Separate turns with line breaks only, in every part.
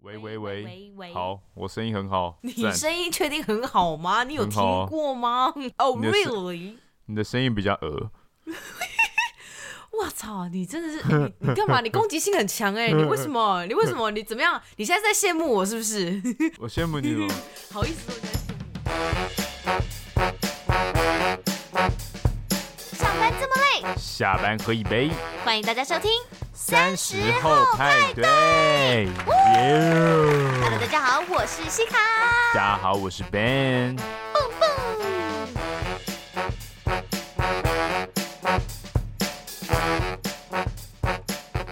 喂喂喂，
喂喂喂，
好，我声音很好，
你
赞。
声音确定很好吗？你有
很
听
好啊
过吗？ 哦、
你的
r
声
e a l l y
你的声音比较鹅，
我操，你真的是、哎 你你干嘛？你攻击性很强哎、你为什么？你为什么？你怎么样？你现在在羡慕我是不是？
我羡慕你哦了。
好意思说你在羡慕我？
上班这么累，
下班喝一杯，
欢迎大家收听。
三
十
后派对。
Hello，
耶
大家好，我是西卡。
大家好，我是 Ben。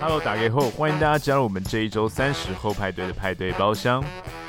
Hello，打给后，欢迎大家加入我们这一周三十后派对的派对包厢。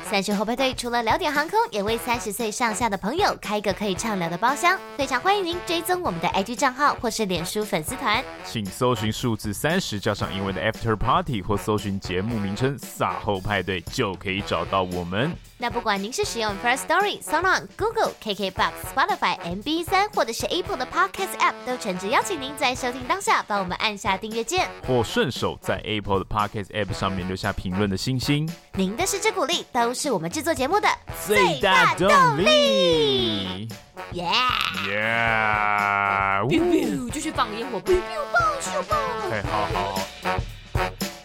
三十后派对除了聊点航空，也为三十岁上下的朋友开一个可以畅聊的包厢。非常欢迎您追踪我们的 IG 账号或是脸书粉丝团。
请搜寻数字三十加上英文的 After Party，或搜寻节目名称“撒后派对”，就可以找到我们。
那不管您是使用 First Story、s o n o n Google、KKBox、Spotify、MB 三或者是 Apple 的 Podcast App，都诚挚邀请您在收听当下帮我们按下订阅键。
或顺手在 Apple 的 Podcast App 上面留下评论的星星，
您的支持鼓励都是我们制作节目的
动力。
耶
Yeah！
biu
呜
biu 就去放烟火，biu biu
棒咻棒！
哎，好好好。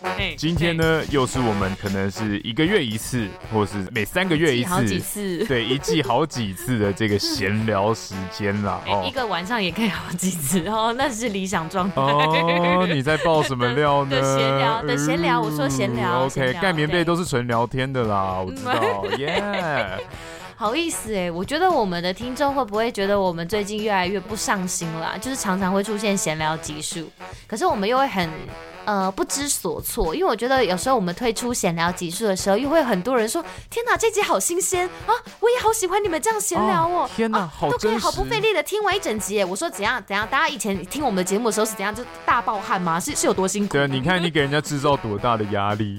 哎
今天？呢，又是我们可能是一个月一次，或是每三个月一
记哎好几次，
对，一季好几次的这个闲聊时间 啦。
哎、一
哦
个晚上也可以好几次哦，那是理想状态。
哦，你在爆什么料呢？
的的 闲聊的闲聊我说闲聊
嗯
闲
，OK，
聊
盖棉被
对
都是纯聊天的啦，我知 道。耶，
好意思哎、我觉得我们的听众会不会觉得我们最近越来越不上心了啊、就是常常会出现闲聊集数，可是我们又会很呃不知所措，因为我觉得有时候我们推出闲聊集数的时候，又会有很多人说：“天哪，这集好新鲜啊！我也好喜欢你们这样闲聊哦。
哦天哪
啊
好
都可以
真实
好不费力的听完一整集耶。我说怎样怎样，大家以前听我们的节目的时候是怎样，就大暴汗吗？是是有多辛苦？
对啊，你看你给人家制造多大的压 力？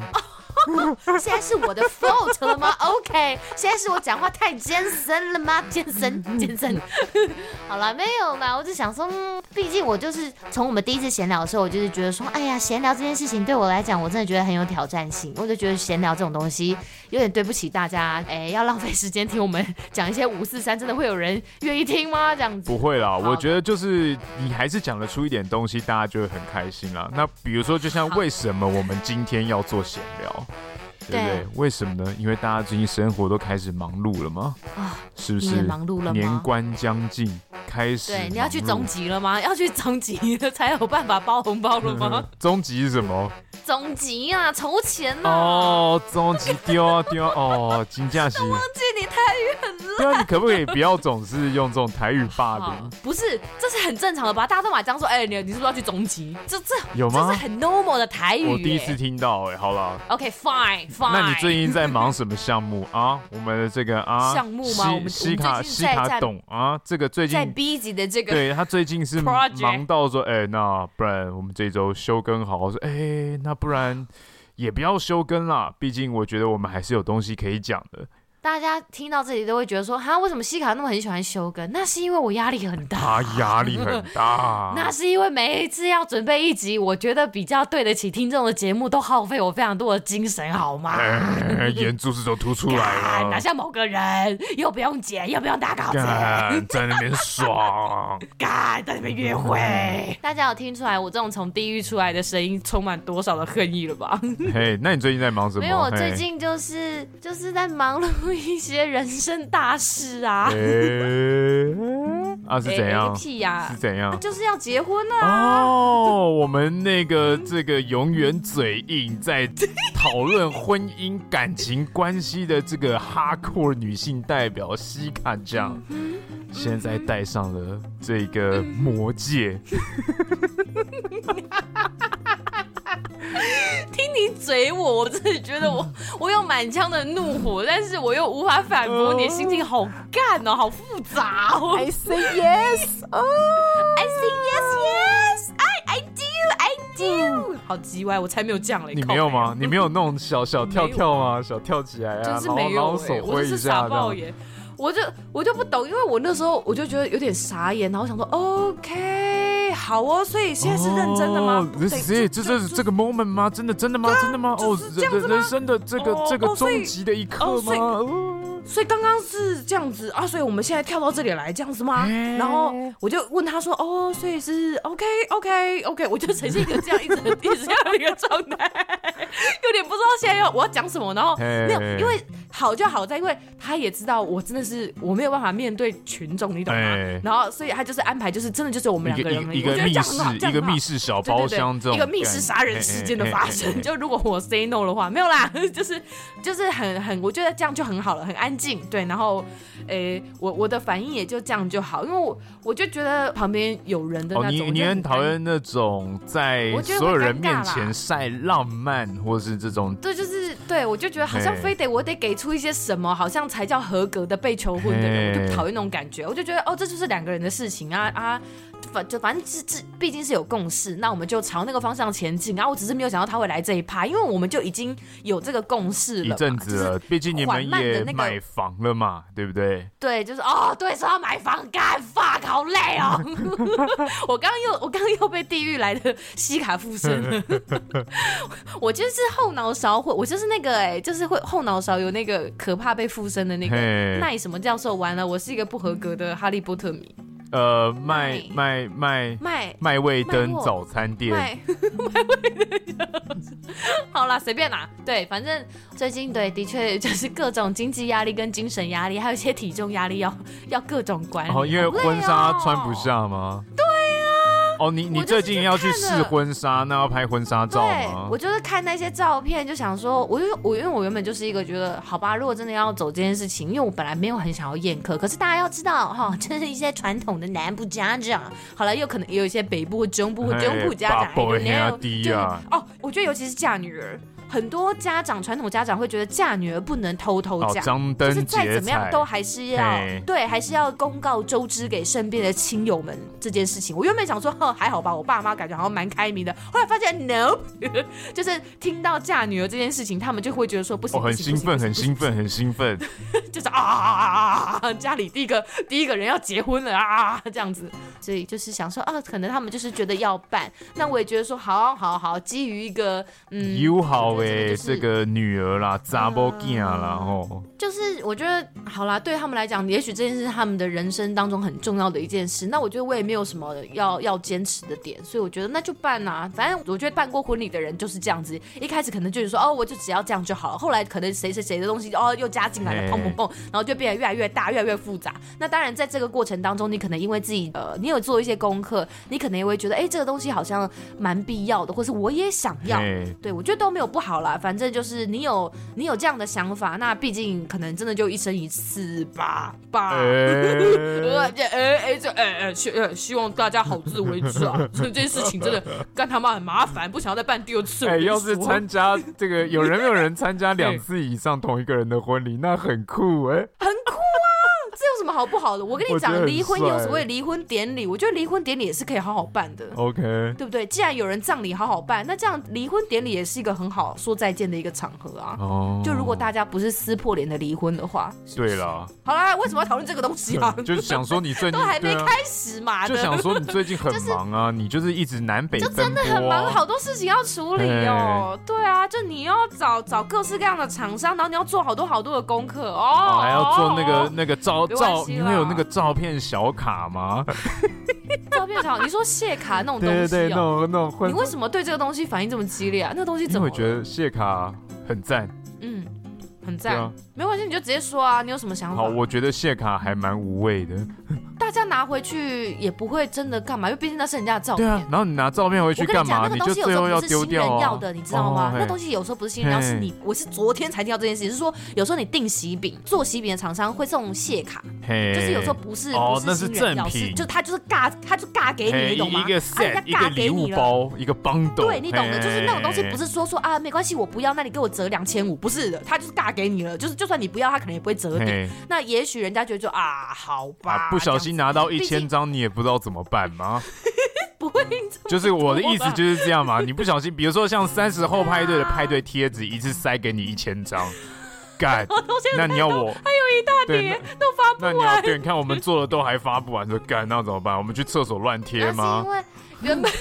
现在是我的 fault 了吗？OK，现在是我讲话太艰深了吗？艰深，艰深。 好了，没有啦，我只想说，嗯毕竟我就是从我们第一次闲聊的时候，我就是觉得说，哎呀，闲聊这件事情对我来讲，我真的觉得很有挑战性。我就觉得闲聊这种东西有点对不起大家，哎，要浪费时间听我们讲一些五四三，真的会有人愿意听吗？这样子
不。会啦，
好
我觉得就是你还是讲得出一点东西，大家就会很开心啦。那比如说，就像
好
为什么我们今天要做闲聊，对不
对
对？为什么呢？因为大家最近生活都开始忙碌了嘛，
啊
是不
你也
是？
忙碌了
年
吗？
关将近，开始
对，你要去
忙
总
碌
集了吗？要去总集了才有办法包红包了吗？
终极是什么？
总集 啊，筹钱呐、
哦，终极丢啊丢啊！哦，金价是，
这你太
对啊，你可不可以不要总是用这种台语霸凌？
不是，这是很正常的吧？大家都马张说，哎、你你是不是要去中级？这这
有
这是
吗？
很 normal 的台语、
我第一次。听到、哎，好了。
OK fine fine。
那你最近在忙什么项目啊？我们的这个啊
项目吗
西
我们
西
我
卡
们最
西
近在
卡
在
懂啊，这个最
在
近
B 级的这个，
对他最近是
project
忙到说，哎、那不然我们这周休更好，我说，哎、那不然也不要休更啦，毕竟我觉得我们还是有东西可以讲的
大家听到这里都会觉得说，哈，为什么西卡那么很喜欢修更？那是因为我压力很大。
啊，压力很大。
那是因为每一次要准备一集，我觉得比较对得起听众的节目，都耗费我非常多的精神，好吗？
哎眼珠子都凸出来
干
了
哪，像某个人，又不用剪，又不用打稿子，
干在那边 爽，
干在那边约会。 大家有听出来我这种从地狱出来的声音充满多少的恨意了 吧？
嘿，那你最近在忙什么？
没有，我
嘿
最近就是就是在忙碌一些人生大事啊
哎、。啊是怎
哎
样？
屁呀
是、怎样？
就是要结婚啊！
哦，我们那个
嗯
这个永远嘴硬，在讨论婚姻感情关系的这个 hardcore 女性代表西卡酱，
嗯
现在戴上了这个魔戒，
听你嘴我，我真的觉得我 我有满腔的怒火，但是我又无法反驳你，心情好干哦，好复杂哦。I say yes, oh, I say yes, yes, I I do, I do。好叽歪，我才没有这样嘞！
你
靠
没有
北
吗？你没有那种小小跳跳吗？小跳起来啊，
真是
然后
没有、
然后
欸，
手
我
挥
就是
一
傻
下
爆
这样。
眼，我就我就不懂，因为我那时候我就觉得有点傻眼，然后想说 OK。好哦，所以现在是认真的吗？
哦这是这这是这个
个
moment 吗？真的真的吗？真的吗？
啊就
哦
是，这
人
样子
人
吗
人生的这个
哦
这个
哦所以
终极的一刻
哦
吗
所以？所以刚刚是这样子啊，所以我们现在跳到这里来这样子吗？
哎
然后我就问他说，哦，所以是 OK OK OK，我就呈现一个这样一直一直这样的一个状态，有点不知道现在要我要讲什么。然后
哎
没有，因为好就好在，因为他也知道我真的是我没有办法面对群众，你懂吗？
哎
然后所以他就是安排，就是真的就是我们
一
两
个
人而已，
一个
我
一个
觉得这
密
样很好，
室
这样
一个
很好
密室小
对
包
对对
厢这种
一
感
个
觉
密室杀人事件的发生。
哎哎哎哎
就如果我 say no 的话，没有啦， 就是就是很很，我觉得这样就很好了，很安静。对，然后诶、我我的反应也就这样就好，因为我我就觉得旁边有人的那
哦，
种，
你
我
你
就
很讨。厌那种在
我觉得会
所有人
尴尬
面
啦
前晒浪漫，或是这种
对，就是对我就觉得好像
嘿
非得我得给出一些什么，好像才叫合格的被求婚的人，
嘿
我就讨厌那种感觉。我就觉得哦，这就是两个人的事情啊啊，反就反正这这毕竟是有共识，那我们就朝那个方向前进。然后我只是没有想到他会来这一趴，因为我们就已经有这个共识
一
了嘛，
阵
就
子
是
了，毕竟你
缓
们
慢的
也
那个
买房了嘛，对不对？
对，就是哦，对，说要买房，干 fuck，好累哦。我刚刚又我刚刚又被地狱来的西卡附身了。 我就是后脑勺会，我就是那个哎、就是会后脑勺有那个可怕被附身的那个
嘿
奈什么教授。完了，我是一个不合格的哈利波特迷。
呃，卖卖卖
麦
麦味登
麦沃
早餐店，
麦麦味的教授 好啦，随便啦。对，反正最近对，的确就是各种经济压力跟精神压力，还有一些体重压力要要各种管理。
哦，因为
好累
婚纱
哦
穿不下吗？对啊。哦，你你
我就
最
是
近要去
看
试
了
婚纱，那要拍婚纱照
对
吗，
我？就是看那些照片，就想说，我就我因为我原本就是一个觉得，好吧，如果真的要走这件事情，因为我本来没有很想要宴客，可是大家要知道哈，这、是一些传统的南部家长，好了，有可能也有一些北部或中部或
哎
中部家长，
爸爸
I don't
的兄
know，
弟
就是
啊
哦，我觉得尤其是嫁女儿，很多家长传统家长会觉得嫁女儿不能偷偷
哦，
嫁。
张
就
灯
是再
结
怎么样
彩，
都还是要
嘿
对，还是要公告周知给身边的亲友们这件事情。我原本想说，呵，还好吧，我爸妈感觉好像蛮开明的。后来发现，no，就是 听到嫁女儿这件事情，他们就会觉得说不行，
哦，很
不行
兴奋，很，兴
不行
奋，很兴奋。
不行就是啊啊啊啊啊啊！家里第一个第一个人要结婚了啊，这样子。所以就是想说，啊，可能他们就是觉得要办，那我也觉得说，好好好，基于一个嗯
友好
我觉得
诶，
这
这
个
个女儿
啊
啦，查某囝啦吼，
就是我觉得好啦，对他们来讲，也许这件事是他们的人生当中很重要的一件事。那我觉得我也没有什么要要坚持的点，所以我觉得那就办啊。反正我觉得办过婚礼的人就是这样子，一开始可能就是说哦，我就只要这样就好了。后来可能谁谁谁的东西哦又加进来了，
嘿
砰砰砰，然后就变得越来越大，越来越复杂。那当然在这个过程当中，你可能因为自己呃，你有做一些功课，你可能也会觉得哎，这个东西好像蛮必要的，或是我也想要。
嘿
对，我觉得都没有不好啦，反正就是你有你有这样的想法，那毕竟可能真的就一生一次吧吧。
哎，
呃，这哎哎，这哎哎，希呃希望大家好自为之啊！这件事情真的干他妈很麻烦，不想要再办第二次。我
哎，
跟你
要是
说
参加这 个有人没有人参加两次以上同一个人的婚礼，那很酷哎。
这有什么好不好的？我跟你
我觉得
讲，
很
离婚有
帅
所谓离婚典礼，我觉得离婚典礼也是可以好好办的。
OK，
对不对？既然有人葬礼好好办，那这样离婚典礼也是一个很好说再见的一个场合啊。
哦，
就如果大家不是撕破脸的离婚的话，
对 了，
好啦，为什么要讨论这个东西啊？
就是想说你 最近
都还没
对啊
开始嘛，
就
的
想说你最近很
就是
忙啊，你就是一直南北奔波啊，
很忙，好多事情要处理哦。对啊，就你要找找各式各样的厂商，然后你要做好多好多的功课哦
哦，还要做那 个那个照
没关
照，
系
你
啦
会有那个照片小卡吗？
照片上，你说谢卡那种东西、
对对对，
哦，
那种那种婚
你，为什么对这个东西反应这么激烈啊？那个东西
因
怎
为
么
我
了？
觉得谢卡很赞，
嗯，很
对
赞，
啊。
没关系，你就直接说啊，你有什么想法
好，？我觉得谢卡还蛮无谓的。
大家拿回去也不会真的干嘛，因为毕竟那是人家的照
对
片。
啊，然后你拿照片回去
我跟
干
你
嘛？
讲，那个
就
东西有
最
时
后
候不是
丢
新
掉
人
啊！
要的，你知道吗
哦？
那东
嘿
西有时候不是新人要，
嘿
是你，我是昨天才听到这件事情，是说有时候你订喜饼，做喜饼的厂商会送谢卡，
嘿
就是有时候不是
哦
不
那
是
是
新人要，
正品
是就他就是尬，他就尬给你，
嘿
你懂吗？
一个
啊，人
set，
家
一个
尬
礼
给
物
你了。
包，一个 bundle。
对你懂的，就是那种东西不
嘿
是说说啊，没关系，我不要，那你给我折两千五，不是的，他就是尬给你了，就是就算你不要，他可能也不会折抵。
嘿
那也许人家觉得就啊，好吧，
啊，不小
这样
心拿到一
毕
千
竟
张，你也不知道怎么办 吗？
子不会这么
就是我的意
多
思
吧
就是这样嘛，你不小心，比如说像三十后派对的派对贴纸，一次塞给你一千张，干， 那你要我
还有一大
对
叠都发
那
不
你要
完。
对，你看我们做了都还发不完，说干那怎么办？我们去厕所乱贴
啊
那是
吗
因？为原 本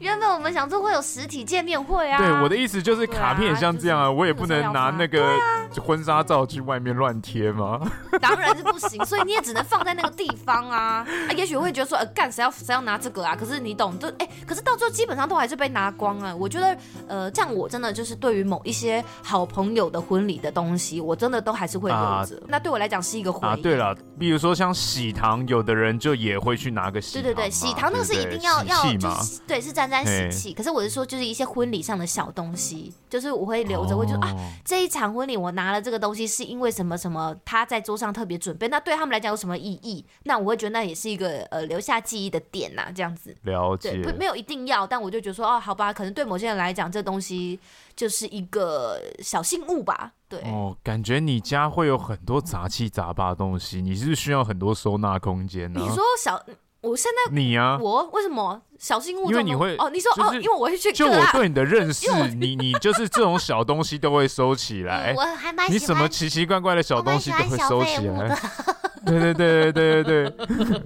原本我们想说会有实体见面会啊，
对，我的意思就是
对啊
卡片也像这样啊，
就是
我也不能拿那
那
个
啊
婚纱照去外面乱贴嘛。
当然是不行，所以你也只能放在那个地方啊。啊也许会觉得说，呃，干谁要谁要拿这个啊？可是你懂，就哎、可是到最后基本上都还是被拿光啊。我觉得，呃，这样我真的就是对于某一些好朋友的婚礼的东西，我真的都还是会留着。那对我来讲是一个回忆。
啊，对了，比如说像喜糖，有的人就也会去拿个喜糖
对
嘛，
对对，喜糖那个是
对
一
不对
定要
啊喜
要
气
就
嘛
是对是沾沾喜
嘿
气，可是我是说就是一些婚礼上的小东西，就是我会留着，会觉得啊
哦
这一场婚礼我拿了这个东西是因为什么什么，他在桌上特别准备，那对他们来讲有什么意义？那我会觉得那也是一个呃留下记忆的点呐、这样子。
了解，
对，不没有一定要，但我就觉得说哦，好吧，可能对某些人来讲，这东西就是一个小信物吧。对，
哦，感觉你家会有很多杂七杂八的东西，你是不是需要很多收纳空间呢、
你说小，我现在
你啊，
我为什么小心物这
因为
种
你
东
会
哦？你说、
就是
哦，因为我会 去
就
割
我
啊
对你的认识，你你就是这种小东西都会收起来
嗯，我还蛮
你
喜
什
欢
么奇奇怪怪的小东西都会收起
我
来
蛮。
对 对对对对对对，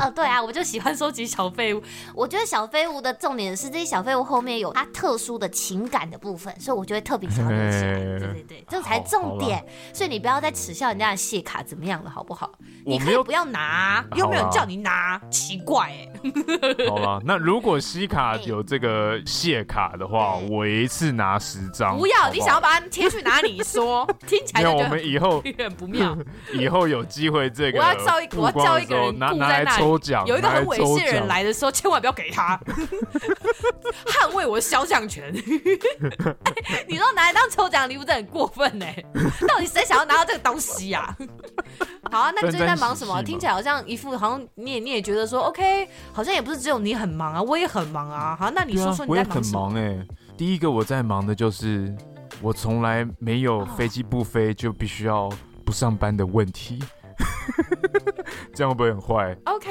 哦，对啊，我就喜欢收集小废物。
我觉得小废物的重点是，这些小废物后面有它特殊的情感的部分，所以我就会特别想要留起来。
哎
对对对，这才重点。
所以你不要再耻笑人家的谢卡怎么样了，好不好？
我
你
没
可以
有嗯
不要拿，又没有人
好啦啊
叫你拿，奇怪哎、
欸
好吧。那如果西 卡有这个谢卡的话，
哎
我一次拿十张。
不要，
好好
你想要把它贴去哪里 说？听起来
没
就
有？
觉
我
得很
们以后
很 不妙。
以后有机会这个
我要叫一个，我
曝
要
光的
叫一
时
个
候
人
拿
固
拿
在
来
那
抽
里。
奖，
有一个
拿来
很猥
抽
亵的人
奖
来的时候，千万不要给他， 捍卫我的肖像权。 哎你说拿来当抽奖礼物，真的很过分呢、到底谁想要拿到这个东西呀、 好啊，那你最近在忙
沾沾
什
喜气
么？
嘛
听起来好像一副好像你也你也觉得说 OK，好像也不是只有你很忙啊，我也很忙啊。好，那你
对
说
啊
说，你
我也
在忙
很
什么？
忙哎、第一个我在忙的就是，我从来没有
啊
飞机不飞就必须要不上班的问题。 这样会不会很坏
OK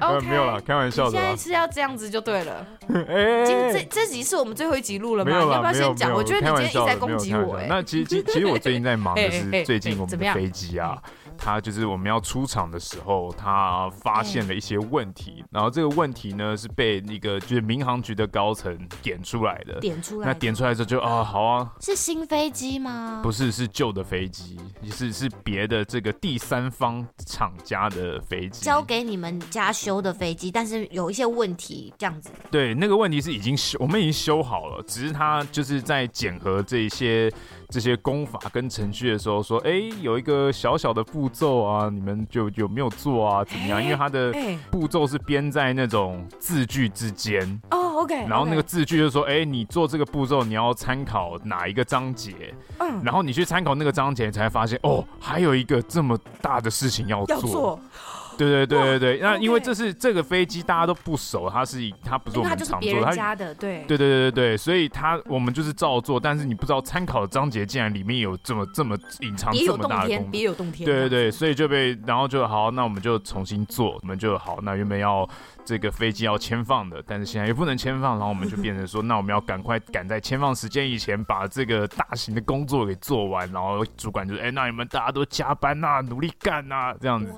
呃
OK，
没有啦，开玩笑
你
的
现在
啦。
是要这样子就对了。
哎、
今这这集是我们最后一集录了吗？
没
你
有
要
啦，
不要
没有
先
没
讲？
有，
我觉得你
开
今
玩
天一直
笑
在
的，没
攻
有
击
开玩
我、
笑的
哎，
那其实其其实我最近在忙的
哎哎
是，
哎
最近我们
怎么
的
样嗯
飞机啊，它就是我们要出场的时候，它发现了一些问题，然后这个问题呢是被一个就是民航局的高层点出来的。
点出
那
来。
点出来之后就啊，好啊，
是新飞机吗？
不是，是旧的飞机，是是别的这个第三方厂家的飞机。
交给你们家修的飞机，但是有一些问题，这样子。
对，那个问题是已经修，我们已经修好了，只是他就是在检核这些这些功法跟程序的时候说，哎、有一个小小的步骤啊，你们就有没有做啊？怎么样？
哎
因为它的
哎、
步骤是编在那种字句之间，
哦，OK。
然后那个，字句就说，哎、你做这个步骤你要参考哪一个章节，
嗯，
然后你去参考那个章节，你才发现哦，还有一个这么大的事情要做。
要做，哦
对对对对对，那
OK
因为这是这个飞机大家都不熟，它是一它不是
因
我
为它
们
就是
常
别
坐，
人
它
家的，对。
对对对对对，所以它我们就是照做，但是你不知道参考的章节竟然里面有这么这么隐藏
别
这
有
么
洞
大的
天，
功
别有洞天。
对对对，所以就被然后就好，那我们就重新做，我们就好，那原本要这个飞机要签放的，但是现在又不能签放，然后我们就变成说，那我们要赶快赶在签放时间以前把这个大型的工作给做完，然后主管就哎、那你们大家都加班呐、努力干呐、这样子。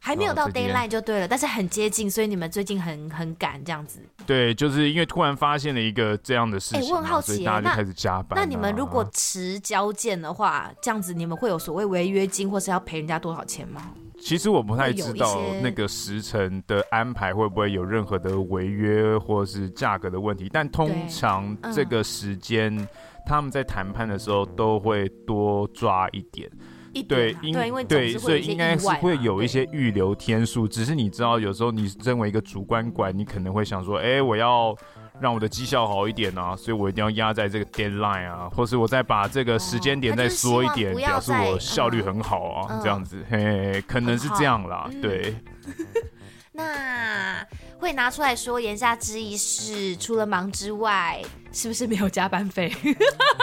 还没有到
哦这边
deadline 就对了，但是很接近，所以你们最近很很赶这样子。
对，就是因为突然发现了一个这样的事情、啊，
哎我很好
所以
奇
大家
那
就开始加班啊、
那你们如果持交件的话，这样子你们会有所谓违约金，或是要赔人家多少钱吗？
其实我不太知道
会有一些
那个时辰的安排会不会有任何的违约或是价格的问题，但通常
嗯
这个时间、他们在谈判的时候都会多抓一点。
一
对
点啊，
因
对，因为总
对，
是
所
会有
以
一些
应该
意
是
外嘛
会有一些预留天数，只是你知道，有时候你身为一个主观管，你可能会想说，哎、我要让我的绩效好一点啊，所以我一定要压在这个 deadline 啊，或是我再把这个时间点
哦他
再
就是
缩一
希望
点，
不要
表示
再
我效率很好啊，
嗯
这样子，嘿，可能是
很好
这样啦，
嗯
对，
那会拿出来说，言下之意是，除了忙之外，
是不是没有加班费？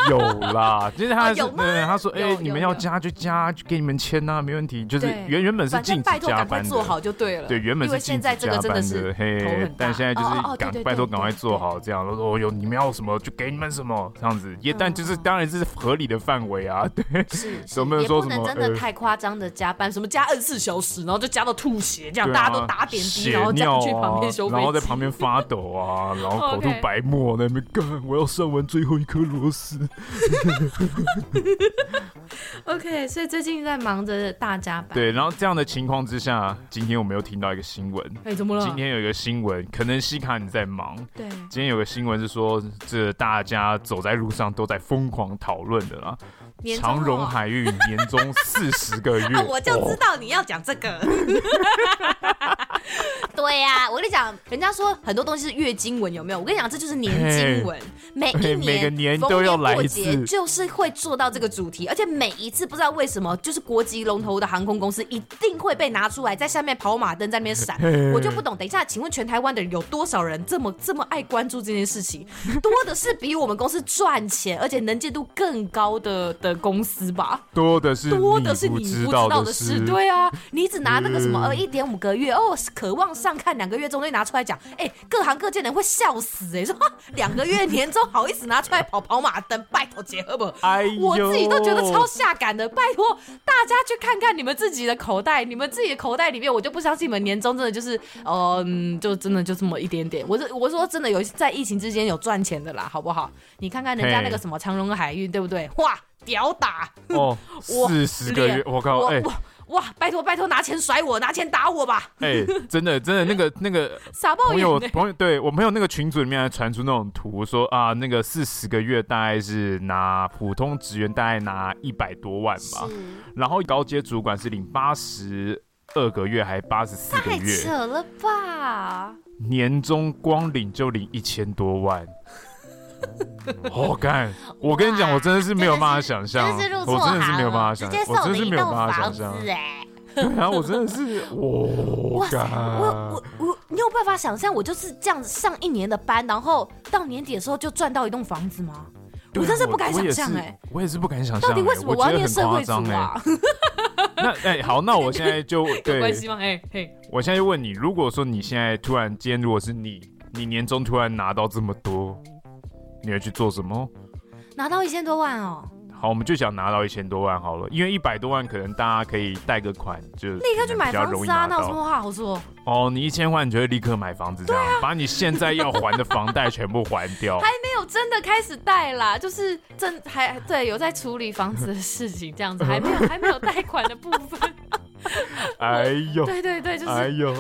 有啦，就是他是、
哦有吗
嗯他说，哎、
有有
你们要
有
加就加，就给你们签呐、啊，没问题。就是
对
原原本是
反
禁
正
止
拜托
加
赶快
班的，
做好就对了。
对，原本
因
是
为
禁
现
止
在这个
加
真的
班
是
的，
头
嘿
很，
但现在就
大哦哦
是
哦对
赶
对
拜
对
托赶快
对嗯
做好这样，然后哦哟，你们要什么就给你们什么这样子，也但就是当然这是合理的范围啊，对，
是
有没有
也
说
不
什
能
么
真的
呃
太夸张的加班，什么加二十四小时，然后就加到吐血，这样、
对
大
啊，
家都打点滴，
血
然后这样
尿
去旁边
啊
修飞
然后在
机哦
旁边发抖啊，然后口吐
OK
白沫在那边干，我要上完最后一颗螺 丝。
OK，所以最近在忙着大加班。，
对，然后这样的情况之下，今天我们又听到一个新闻，
哎、怎么了？
今天有一个新闻，可能西卡你在忙。
对，
今天有个新闻是说，这大家走在路上都在疯狂讨论的啦。
年终
长荣
哦
海运年终四十个月，
啊
哦
我就知道你要讲这个。
啊
对呀、我跟你讲，人家说很多东西是月经文，有没有？我跟你讲，这就是年经文， 每一
嘿
年
每个年
逢
都要来
过
一
节
次
就是会做到这个主题，而且每一次不知道为什么，就是国际龙头的航空公司一定会被拿出来，在下面跑马灯在那边闪
嘿，
我就不懂。等一下，请问全台湾的人有多少人这么 这么爱关注这件事情？多的是比我们公司赚钱，而且能见度更高的的公司吧？
多的是
多的是
你
你
不
不知
知
道
的嗯
的事，对啊，你只拿那个什么呃一点五个月哦，渴望上看两个月中间拿出来讲，哎，各行各界人会笑死哎、 说哈两个月年终好意思拿出来跑跑马灯，拜托姐好不好？
哎呦，
我自己都觉得超下感的，拜托大家去看看你们自己的口袋，你们自己的口袋里面，我就不相信你们年终真的就是，呃嗯，就真的就这么一点点。我是我说真的有在疫情之间有赚钱的啦，好不好？你看看人家那个
嘿
什么长荣海运，对不对？哇，屌打！
哦，
我
四十个月
脸，
我靠，
我
哎
哇哇！拜托拜托，拿钱甩我，拿钱打我吧！
哎，真的真的那 个那个
傻爆
朋友
眼、欸！
朋友，对我朋友那个群组里面还传出那种图，说啊，那个四十个月大概是拿普通职员大概拿一百多万吧，然后高阶主管是领八十二个月还八十四个
太扯
月，
了吧！
年终光领就领一千多 万。我干、我跟你讲，我真的是没有办法想象，
真的是入错
啊
我真的是
行
没有办法
了，直
想
接，
我
送
真的
你
是
一
没有
栋
办法想
房子
象，
哎、
对啊，我真的 是，我
欸哇塞，
干，
我我我，你有办法想象我就是这样子上一年的班，然后到年底的时候就赚到一栋房子吗？
对啊
我真是不敢
我也
想象
是
哎
我也是不敢想象、
到
哎，
底为什么
我觉
我要
得
念
很
社
夸
会组
张哎、
啊？
那哎、好，那我现在 就
有关
对，
系吗？哎嘿，
我现在就问你，如果说你现在突然间，如果是你，你年终突然拿到这么多，你会去做什么？
拿到一千多万 哦，
好，我们就想拿到一千多万好了，因为一百多万可能大家可以贷个款，就
立刻去买
比较
房
容易
子啊！
拿
那有什
到
么话好说？
哦，你一千万你就会立刻买房子，这样、把你现在要还的房贷全部还掉。
还没有真的开始贷啦，就是正还对有在处理房子的事情，这样子还没有还没有贷款的部分。
哎呦，
对对对，就是
哎呦，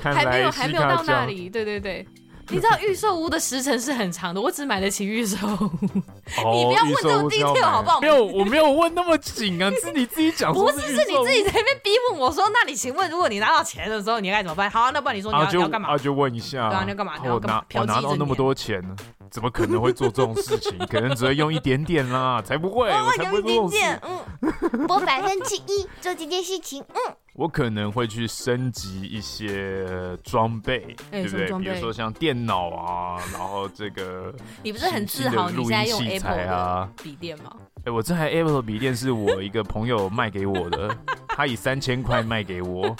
看
还没有
来
还
西
没有到
卡
那
讲
里，对对 对。你知道预售屋的时程是很长的，我只买得起预售屋。
哦
你不要问这种 detail 好不好
没有，我没有问那么紧啊，是你自己讲
不
说
是，
预
是 你
售
自己在那边逼问我说，那你请问，如果你拿到钱的时候，你该怎么办？好、啊，那不然你说你
啊
要、
就
你要干嘛？
啊就问一下，
对啊你要干嘛
啊
你要
我
干嘛
拿
嫖
我
妓
拿
一
到
整
那么
年
多钱，怎么可能会做这种事情？可能只会用一点点啦，才不
哦
会，我才不会做这种事。
嗯
拨百分之一做这件事情，嗯，
我可能会去升级一些装备，对
哎
不
什么
对？
装
比如
备
说像电脑啊，然后这 个，
你不是很自豪你现在用 Apple 的笔电吗？
啊哎，我这台 Apple 笔电是我一个朋友卖给我的，他以三千块卖给 我，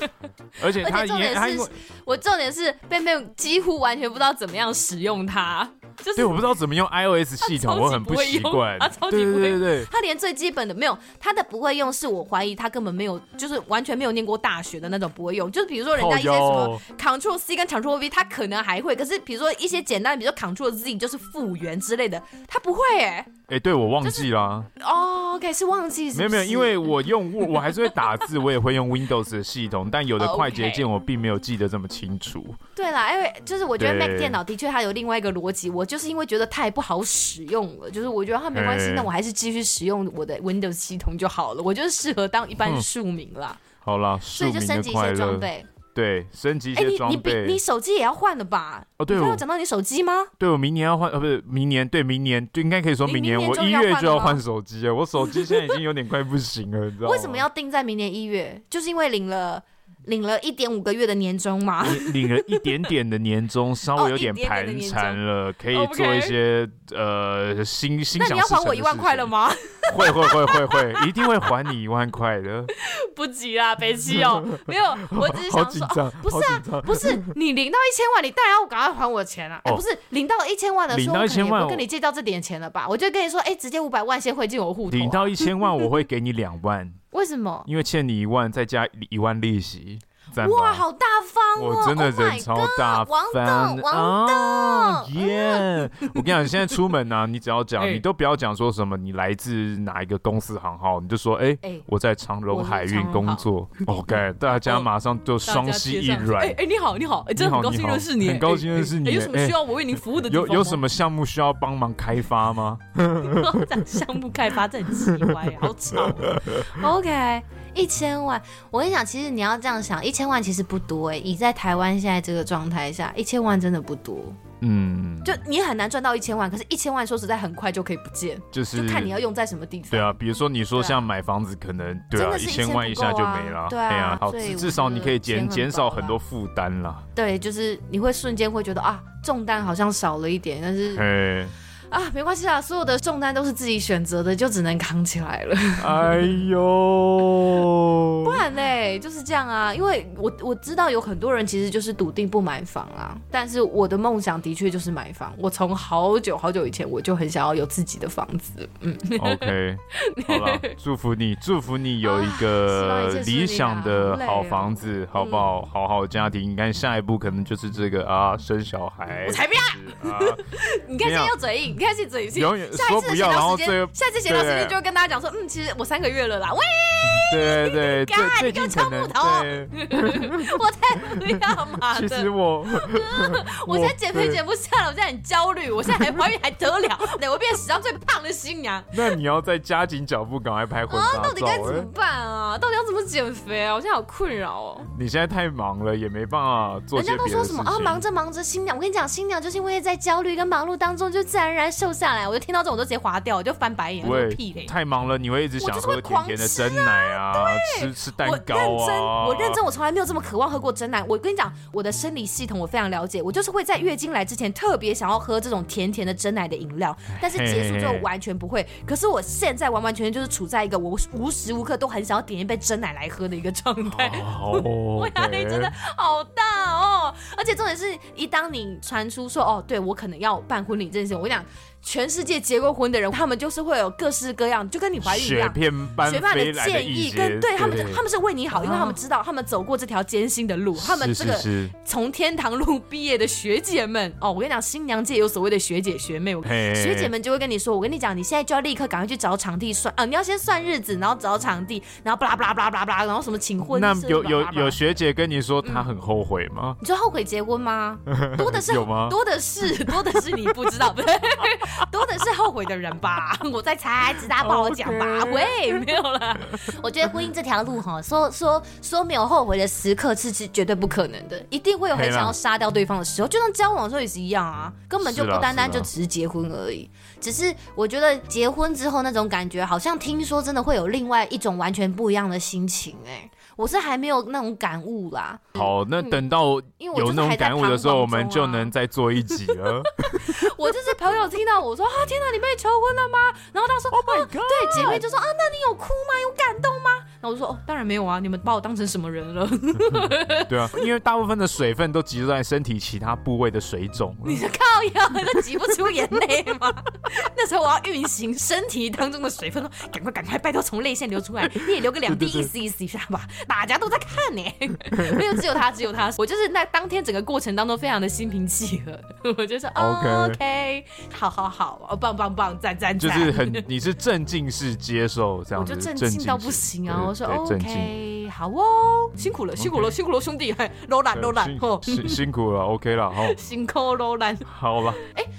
而且
而且
他
重
也
点
他
是
因为
我重点是贝贝几乎完全不知道怎么样使用它，就
对，
是
我不知道怎么用 iOS 系统，
超级
我很
不会
习
用
惯
他。超级
对对
不会
对对，
他连最基本的没有，他的不会用是我怀疑他根本没有，就是完全没有念过大学的那种不会用，就是比如说人家一些什
哦
么 Control C 跟 Control V，他可能还会，可是比如说一些简单的，比如说 Control Z 就是复原之类的，他不会哎、
哎，对我忘记了，
哦，OK，是忘记是不
没有没
是
有，因为我用 Word，我还是会打字，我也会用 Windows 的系统，但有的
哦 OK
快捷键我并没有记得这么清楚。
对啦，因为就是我觉得
对
Mac 电脑的确它有另外一个逻辑，我就是因为觉得太不好使用了，就是我觉得它没关系
哎，
那我还是继续使用我的 Windows 系统就好了，我就是适合当一般
嗯
庶民 啦，
好啦，
所
庶
以就
民
升
的
级一
快
些装
乐，
备。
对，升级一
哎、
些
你你
装
比你
备。
手机也要换了吧？
哦，对，
你刚
我
有讲到你手机吗？
对我明年要换，呃，不是明年，对，明年就应该可以说
你
明
明
年
年
我
就
一
要
月
换
就
了
要
吗
换手机了，啊我手机现在已经有点快不行了，你知道吗？
为什么要定在明年一月？就是因为领了领了一点五个月的年终嘛。
领领了一点点的年 终，稍
哦
微有点盘缠了，可以做一些呃心心
那
想事
你要
成
还
的
我一万
事
块
情
了？吗？
会会会会会，一定会还你一万块的。
不急啦，北七 哦，没有，我 只是啊
好
想
紧
说，哦
张，
不是
好紧张。
不是你领到一千万，你当然要赶快还我钱啊！哎、
哦
不是领到一千万的时
领
候，
到
我可能
1000
也
万哦
不会跟你借到这点钱了吧？我就跟你说，哎、直接五百万先汇进我户头啊、
领到一千万，我会给你两万，
为什么？
因为欠你一万，再加一万利息。赞
哇，
吧
好大方哦！
我真的
Oh my
人超大
God，王
方
董，王嗯董，
啊耶！我跟你讲，现在出门呢，你只要讲，
哎
你都不要讲说什么你来自哪一个公司行号，你就说哎
哎，
我在长
我
荣
是
海
长
运
荣
工
行
作。OK，大家
哦
马上就
大家
双膝
贴
一
上
软
哎。哎，你好，你好，哎，真
你好
的很高
你
兴
好
认识你，
很
哎
高兴认识你
哎有什么
哎
需要我为您服务的地
有
方
有什
么
么项目需要帮忙开发吗？
项目开发真的很奇怪，啊好吵。
OK，一千万，我跟你讲，其实你要这样想，一千万其实不多哎、
欸
以在台湾现在这个状态下，一千万真的不多。
嗯，
就你很难赚到一千万，可是一千万说实在很快就可以不见，
就是
就看你要用在什么地方。
对啊，比如说你说
对啊
像买房子，可能对
真
啊，
的
一
是
千
1000
万
不
一下
够
就
啊
没了，
对
哎呀
啊
好，
所以
至
我
至少
觉
你
得
可以
钱
减
很
减少
薄
很
啦
多负担啦。
对，就是你会瞬间会觉得啊，重担好像少了一点，但是
哎，
啊，没关系啦，所有的重担都是自己选择的，就只能扛起来了。
哎 呦
不，然嘞，就是这样啊。因为我我知道有很多人其实就是笃定不买房啊，但是我的梦想的确就是买房。我从好久好久以前我就很想要有自己的房子，
OK，好了，祝福你，祝福你有一个
啊希望一切顺
理
利啦
想的
好累
好
哦嗯
房子，好不好？好好的家庭，你看下一步可能就是这个啊，生小孩。
嗯我才不
要 啊！
你看
没有
现在要嘴硬，你看现在嘴硬，
永远
下一
说
次
不
的
要
闲
然
聊
后这
时间，
个
下一次闲聊时间
对
就会跟大家讲说，嗯，其实我三个月了啦，喂，
对对，最
干
最
你给
近
我
可
敲
能
木头
对，
我才不要嘛
其实
的。
我
我现在减肥
对
减不下来，我现在很焦虑，我现在还怀孕还得 了？对，我变史上最胖的新娘，
那你要再加紧脚步，赶快拍婚纱
到哦底该
照
怎。么
哎
办啊？到底要怎么减肥啊？我现在好困扰哦。
你现在太忙了，也没办法做
人
些
家都
别
说
的事
什
情
么。啊，忙着忙着，新娘，我跟你讲，新娘就是因为在焦虑跟忙碌当中，就自然而然瘦下来。我
我就听到这种我就直接划掉，我就翻白眼，我
喂
说屁嘞！
太忙了，你会一直想
就是
喝
会
甜甜的真奶啊，吃吃蛋
我认
糕
真，
啊。
我认真，我从来没有这么渴望喝过真奶。我跟你讲，我的生理系统我非常了解，我就是会在月经来之前特别想要喝这种甜甜的真奶的饮料，但是结束之后
哎嘿嘿
完全不会。可是我现在完完全全就是处在一个我无时无刻都很想要点一杯真奶来喝的一个状态。
哦我
我压力真的好大哦！而且重点是一当你传出说哦，对我可能要办婚礼这件事情，我跟你讲，全世界结过婚的人，他们就是会有各式各样，就跟你怀孕一
雪
样。
片般
学霸
飞来
建
一
议
些
跟对他们，他们是为你好，因为他们知道他们走过这条艰辛的路，他们
是
这
是
个
是
从天堂路毕业的学姐们哦，我跟你讲，新娘界有所谓的学姐学妹，我
嘿
学姐们就会跟你说，我跟你讲，你现在就要立刻赶快去找场地算啊，你要先算日子，然后找场地，然后巴拉巴拉巴拉巴拉巴拉，然后什么请婚
那
社
有
巴拉
有
巴拉
有学姐跟你
嗯
说她很后悔吗？
你就后悔结 婚吗？多的是，
有吗
多的 是，多的是你不知道，不对，多的是后悔的人吧？ 我在猜，只是大家不好讲吧
OK
喂，没有啦。
我觉得婚姻这条路哈，说说说没有后悔的时刻是是绝对不可能的，一定会有很想要杀掉对方的时候，就像交往的时候也是一样啊，根本就是不
啦
单单
是
就
啦
只是结婚而已。只是我觉得结婚之后那种感觉，好像听说真的会有另外一种完全不一样的心情哎、我是还没有那种感悟啦，
嗯
好，那等到
因为我
有
就是
那种
还在
感悟的时候，我
彷
们
徨中
啊
就能再做一集 了。
我就是朋友听到我说啊，天哪，你被求婚了吗？然后他说
Oh my god！
对，姐妹就说啊，那你有哭吗？有感动吗？然后我就说哦，当然没有啊，你们把我当成什么人了？
对啊，因为大部分的水分都集中在身体其他部位的水肿。
你 是靠腰，都挤不出眼泪吗？那时候我要运行身体当中的水分，说赶快赶快，拜托从泪腺流出来，你也流个两滴，
对对对
意思意思一下吧。大家都在看呢、没有只有他，只有他。我就是那当天整个过程当中非常的心平气和，我就说
OK
OK，, 好好好，哦棒棒棒，赞赞
就
赞，
是 很，你是镇静式接受这样
我
子，
就震
镇
惊到
式
不行啊！
对
我说
对镇静
OK，好哦，辛苦了，辛苦了，辛苦了，兄弟，嘿，罗兰，罗兰，吼
对，辛 辛辛苦了，OK 了，好，
辛苦罗兰。
好了，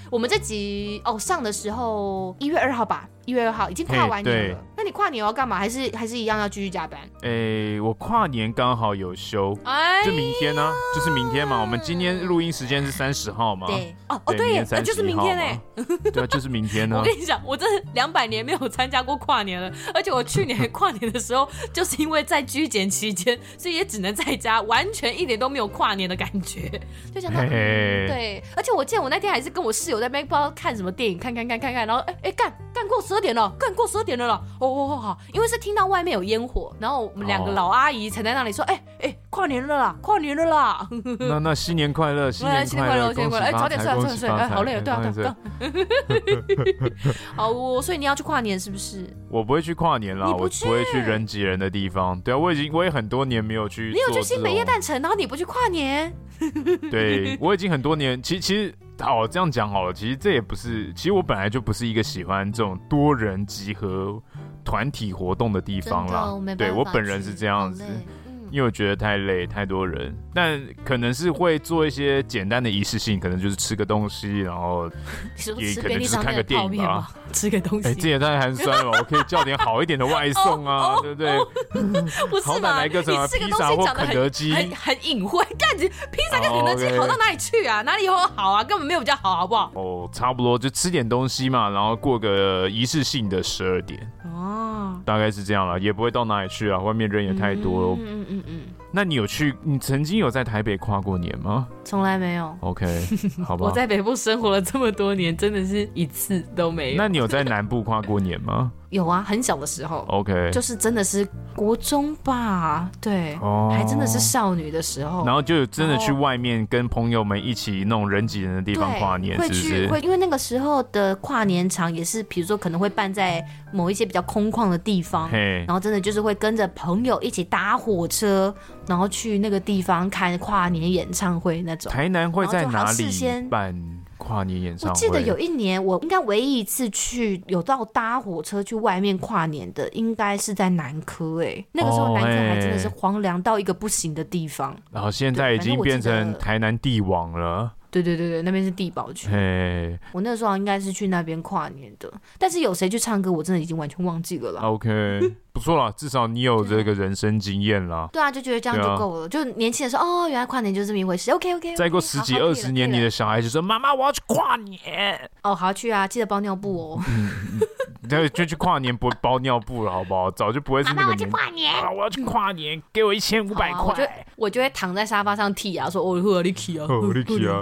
我们这集哦上的时候一月二号吧，一月二号已经跨
嘿
完年
对
了。那你
你跨年要干嘛？还是还是一样要继续加班？
哎，我跨年刚好有休，
哎
就明天呢、啊就是明天嘛。我们今天录音时间是三十号嘛？
对，
哦哦
对
对耶
明天，
呃
31
就是明天哎。
号嘛对啊，就是明天呢、
我跟你讲，我真的两百年没有参加过跨年了，而且我去年跨年的时候，就是因为在居检期间，所以也只能在家，完全一点都没有跨年的感觉，就想到。
嘿嘿，
对，而且我记得我那天还是跟我室友在那边不知道看什么电影，看看看看看，然后哎哎干干过十二点了，干过十二点了啦，哦哦哦好，因为是听到外面有烟火，然后我们两个
哦
老阿姨才在那里说，哎哎跨年了啦，跨年了啦，
那那新年快乐，新
哎
年
新年快乐，
乐，
新年
恭喜
快乐！哎，早
发
点
财
睡，早
恭
点
喜
睡，
发财！
哎，好累啊，对啊，
恭喜
对啊，对啊好哦，所以你要去跨年是不是？
我不会去跨年啦，
你不
我
去
不会去人挤人的地方。对啊，我已经我也很多年没有去，
你有去新北夜诞城，然后你不去跨年？
对我已经很多年，其其实好这样讲好了，其实这也不是，其实我本来就不是一个喜欢这种多人集合、团体活动的地方啦。对我本人是这样子，因为我觉得太累，太多人，但可能是会做一些简单的仪式性，可能就是吃个东西，然后
你说
也
吃
可能
便利
就是
商
看
店
个
的
电
泡
影
面
吧
吗。？吃个东
哎、
西？
这也太寒酸了吧，我可以叫点好一点的外送 啊，对不对？
不哦是
好歹
嘛？
来
你
个什么
这
披
个东
萨
西
或
讲的
肯德
很
基
很很隐晦，干你披萨跟肯德
哦，OK
基好到哪里去啊？哪里有好啊？根本没有比较好，好不好？
哦，差不多就吃点东西嘛，然后过个仪式性的十二点。
哦，
大概是这样了，也不会到哪里去啊，外面人也太多了。
嗯嗯嗯
那你有去？你曾经有在台北跨过年吗
嗯，从来没有。
？OK，好吧。
我在北部生活了这么多年，真的是一次都没有
那。你有在南部跨过年吗
有啊，很小的时候，
？OK，
就是真的是国中吧，对，
哦
还真的是少女的时候。
然后就有真的去
然后
外面跟朋友们一起那种人挤人的地
对，
方跨年，
会
是不
去
是？
会，因为那个时候的跨年场也是，比如说可能会办在某一些比较空旷的地方，
嘿
然，后真的就是会跟着朋友一起搭火车，然后去那个地方看跨年演唱会那种。
台南会在
然后就
哪
好像事
里
先
办跨年演唱
我
会？
记得有一年，我应该唯一一次去有到搭火车去外面跨年的，应该是在南科哎、那个时
哦
候南科还
哎
真的是荒凉到一个不行的地方。
然后现在已
对反正
经
我记
变
得
成台南帝王了，
对对对对，那边是地堡区。
嘿
我那时候应该是去那边跨年的，但是有谁去唱歌，我真的已经完全忘记了啦。
，OK，不错了，至少你有这个人生经验啦。
对啊，就觉得这样
对啊
就够了。就年轻的时候，哦，原来跨年就是这么一回事。OK OK，,
再过十几
哎
二十年，你的小孩就说：“妈妈，我要去跨年。
哦，好去啊，记得包尿布哦。”
然后就去跨年，不包尿布了，好不好？早就不会
嗯
是那个年。啊！我要去跨年，给我一千五百
好啊我就
块。
我就会躺在沙发上剔牙，说：“哦，我力剔啊，
哦，立体 啊，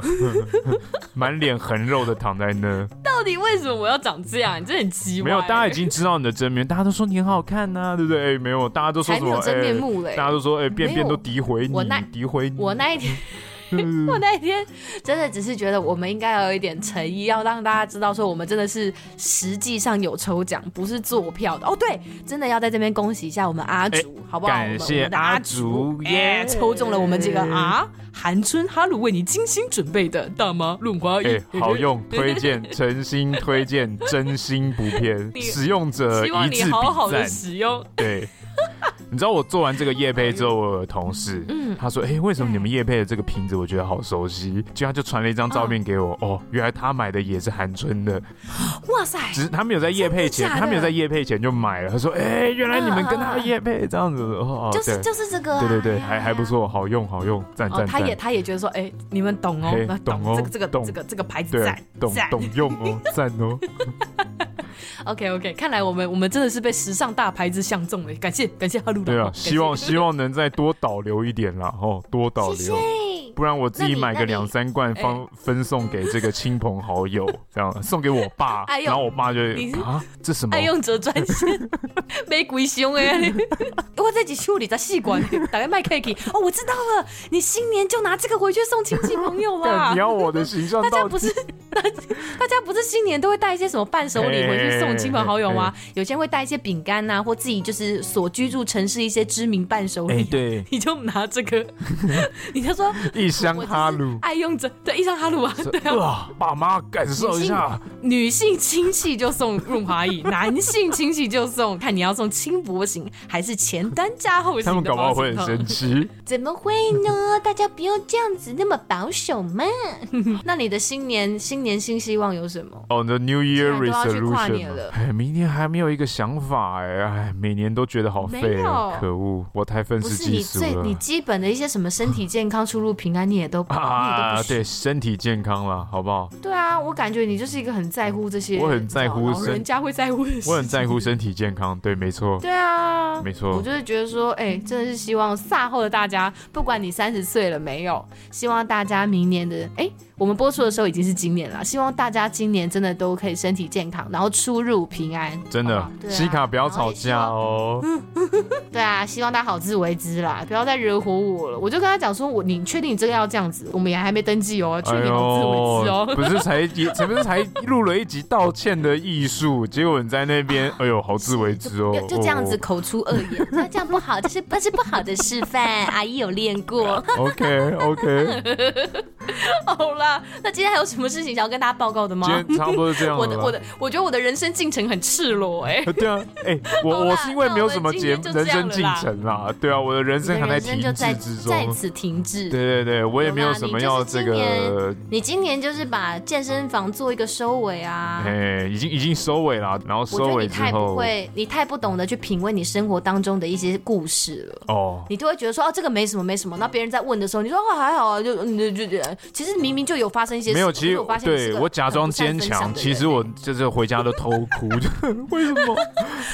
满脸横肉的躺在那。
到底为什么我要长这样？你真的很奇怪。”
没有，大家已经知道你的真面，大家都说你很好看呐、对不对？哎没有，大家都说
才
什
没
么？
有真
哎
面目嘞、
大家都说，哎，便
没
便
有
都诋毁你，
我那
诋毁你。
我那一天，
嗯
我那一天真的只是觉得我们应该要有一点诚意，要让大家知道说我们真的是实际上有抽奖，不是做票的。哦，对，真的要在这边恭喜一下我们阿竹，好不好？
哎感谢
我们的
阿
阿哎
竹耶
耶，抽中了我们这个啊，
哎
韩春哈鲁为你精心准备的大妈润滑
哎
液，，
好用，推荐，诚心推荐，真心不骗，
你
使用者
希望
一
你
致比
好好的
赞。
使用。
对， 你知道我做完这个夜配之后，我有同事，
嗯
他说：“哎、为什么你们夜配的这个瓶子，我觉得好熟悉？”就他就传了一张照片给我，哦，原来他买的也是韩春的，
哇塞！
只是他没有在夜配前，
哦真的假的
他没有在夜配前就买了。他说：“哎、原来你们跟他夜配这样子，哦，
就是就是这个、啊，
对对对对，还还不错，好用好用，赞
哦，
赞
他也
赞。”
他也觉得说，哎、你们懂哦
嘿，
那
懂哦
这个这个
懂
这个这个牌子
对啊
赞，
懂
赞
懂用哦，赞哦，
OK OK，看来我们我们真的是被时尚大牌子相中了，感谢感谢哈鲁
对啊
感，谢
希望希望能再多导流一点啦，哦，多导
谢谢
流，。不然我自己
那你
买
那
个
你
两三罐
哎
方分送给这个亲朋好友， 这样送给我爸，
哎呦
然后我爸就
你哎
啊，这什么
爱？用者专 线，没鬼凶哎！我这几修理在细管，打开麦克 K 哦，我知道了，你新年就拿这个回去送亲戚朋友
干
啦
你。要我的形象
大家
到
不
底？
是大家大家不是新年都会带一些什么伴手
哎
礼回去送亲朋好友吗？有些人会带一些饼干呐，或自己就是所居住城市一些知名伴手礼。
哎对，
你就拿这个，你就说
一一箱
我就是
哈 鲁，
爱用者对，一箱哈鲁啊，对啊，
哇，爸妈感受一下，
女性亲戚就送润滑液，男性亲戚就送，看你要送轻薄型还是前单加后
他
型
们
的
搞不好
保
会很
险套。
生气。
怎么会呢？大家不要这样子那么保守嘛。
那你的新年新年新希望有什么？
哦，你的 New Year
现在都要去跨
Resolution，
年
嘛
了
哎，明年还没有一个想法哎，哎，每年都觉得好废
没
哦
有，
可恶，我太愤
不
世
是
嫉
你
俗
最你
了
基本的一些什么身体健康、出入平安，你 也都、你
啊！
也都不
对，
许。
身体健康了，好不好？
对啊，我感觉你就是一个很在乎这些，
我很在乎
你知道老
身
人家会在乎的事情
我很在乎身体健康，对，没错，
对啊，
没错
我就是觉得说，哎、真的是希望赛后的大家，不管你三十岁了没有，希望大家明年的，哎、我们播出的时候已经是今年了，希望大家今年真的都可以身体健康，然后出入平安，
真
好不
的
好。
对啊
西卡不要
然后
吵
也
架哦。
对啊，希望大家好自为之啦，不要再惹火我了。我就跟他讲说，我你确定你真的要这样子？我们也还没登记哦，确定好自为之哦。
哎不是才也，前面才录了一集道歉的艺术，结果你在那 边，哎呦，好自为之哦，
就就这样子
哦
口出恶言，
那这样不好，这是那是不好的示范。
啊
阿姨有练 过。
哦 OK OK，
好啦。那今天还有什么事情想要跟大家报告的吗
今？天差不多是这样了
我
吧。
的我的，我觉得我的人生进程很赤裸哎、
呃对啊，哎，
好
我
啦
我是因为没有什么节
那我们今天就
人
这样
生
了
进
啦
程啦，对啊，我的人生还
你的人
停
生就在
滞之
在
中。
此停滞。
对对对，我也没有什么要这
有啦你就
个，
你今年就是把健身房做一个收尾啊。
哎，已经已经收尾了，然后
我觉
收
得
尾
你
之
太不
后，
会，你太不懂得去品味你生活当中的一些故事了。
哦，
你就会觉得说哦，这个没什么，没什么。那别人在问的时候，你说哦还好啊，就嗯就就就其实明明就有发生一些事。
没有，其
可
实
是我发现你是
对
个
我假
很不
装
善
坚
分享
强，
的
其
人
实我就是回家都偷哭，就为什么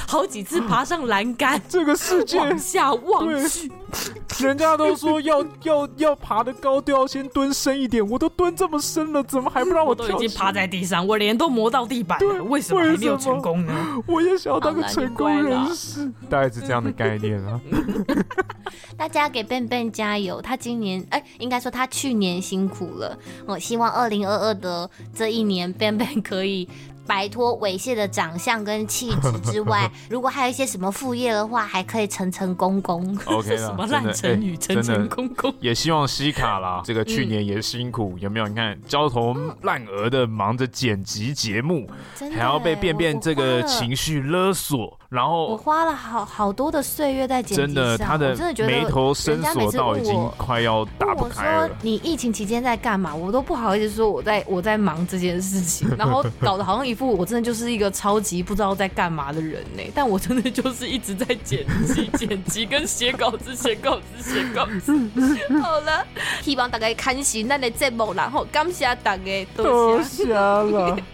好几次爬上栏 杆
这个世 界
往下望去，
人家都说要 要要爬得高都要先蹲深一点，我都蹲这么深了，怎么还不让我
我都已
跳
经
起？
爬在地上，我脸都磨到地板
对
了，为什么还没有成功呢？
我也想要当个
好啦
成功人士，
啊
大概是这样的概念 啊。
大家给笨笨加油！他今年，哎、应该说他去年辛苦了。我、希望二零二二的这一年，笨笨可以摆脱猥亵的长相跟气质 之外，如果还有一些什么副业的话，还可以成成功功。
OK
什
啦，
么
真的
烂成
哎
语，成
真
成
的。
功功。
也希望西卡啦，
嗯
这个去年也辛苦，有没有？你看焦头烂额的忙着剪辑节目，
真的
还要被
耶
便便这个，情绪勒索，然
我我
后
花了我花了好好多的岁月在剪辑
真的
上
他
我真的觉得
眉头深
人家每
锁
次
到
问
已经
我
快要打
问
不
我
开了
说。你疫情期间在干嘛，我都不好意思说我在我在忙这件事情，然后搞得好像一副我真的就是一个超级不知道在干嘛的人呢、但我真的就是一直在剪辑、 剪辑跟写稿子、写稿子、写稿子。好了，希望大家看喜咱的节目，然后感谢大家，多谢。
瞎了。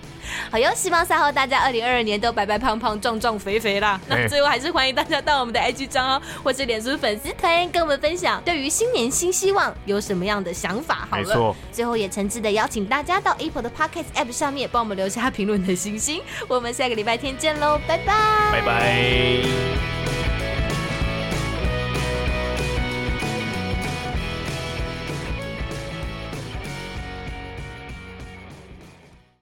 好哟，希望赛后大家二零二二年都白白胖胖、壮壮肥肥啦。
哎
那最后还是欢迎大家到我们的 IG 账号哦或是脸书粉丝团跟我们分享，对于新年新希望有什么样的想法。好
没
了，
错，
最后也诚挚的邀请大家到 Apple 的 Podcast App 上面帮我们留下评论的星星。我们下个礼拜天见喽，拜拜。
拜拜。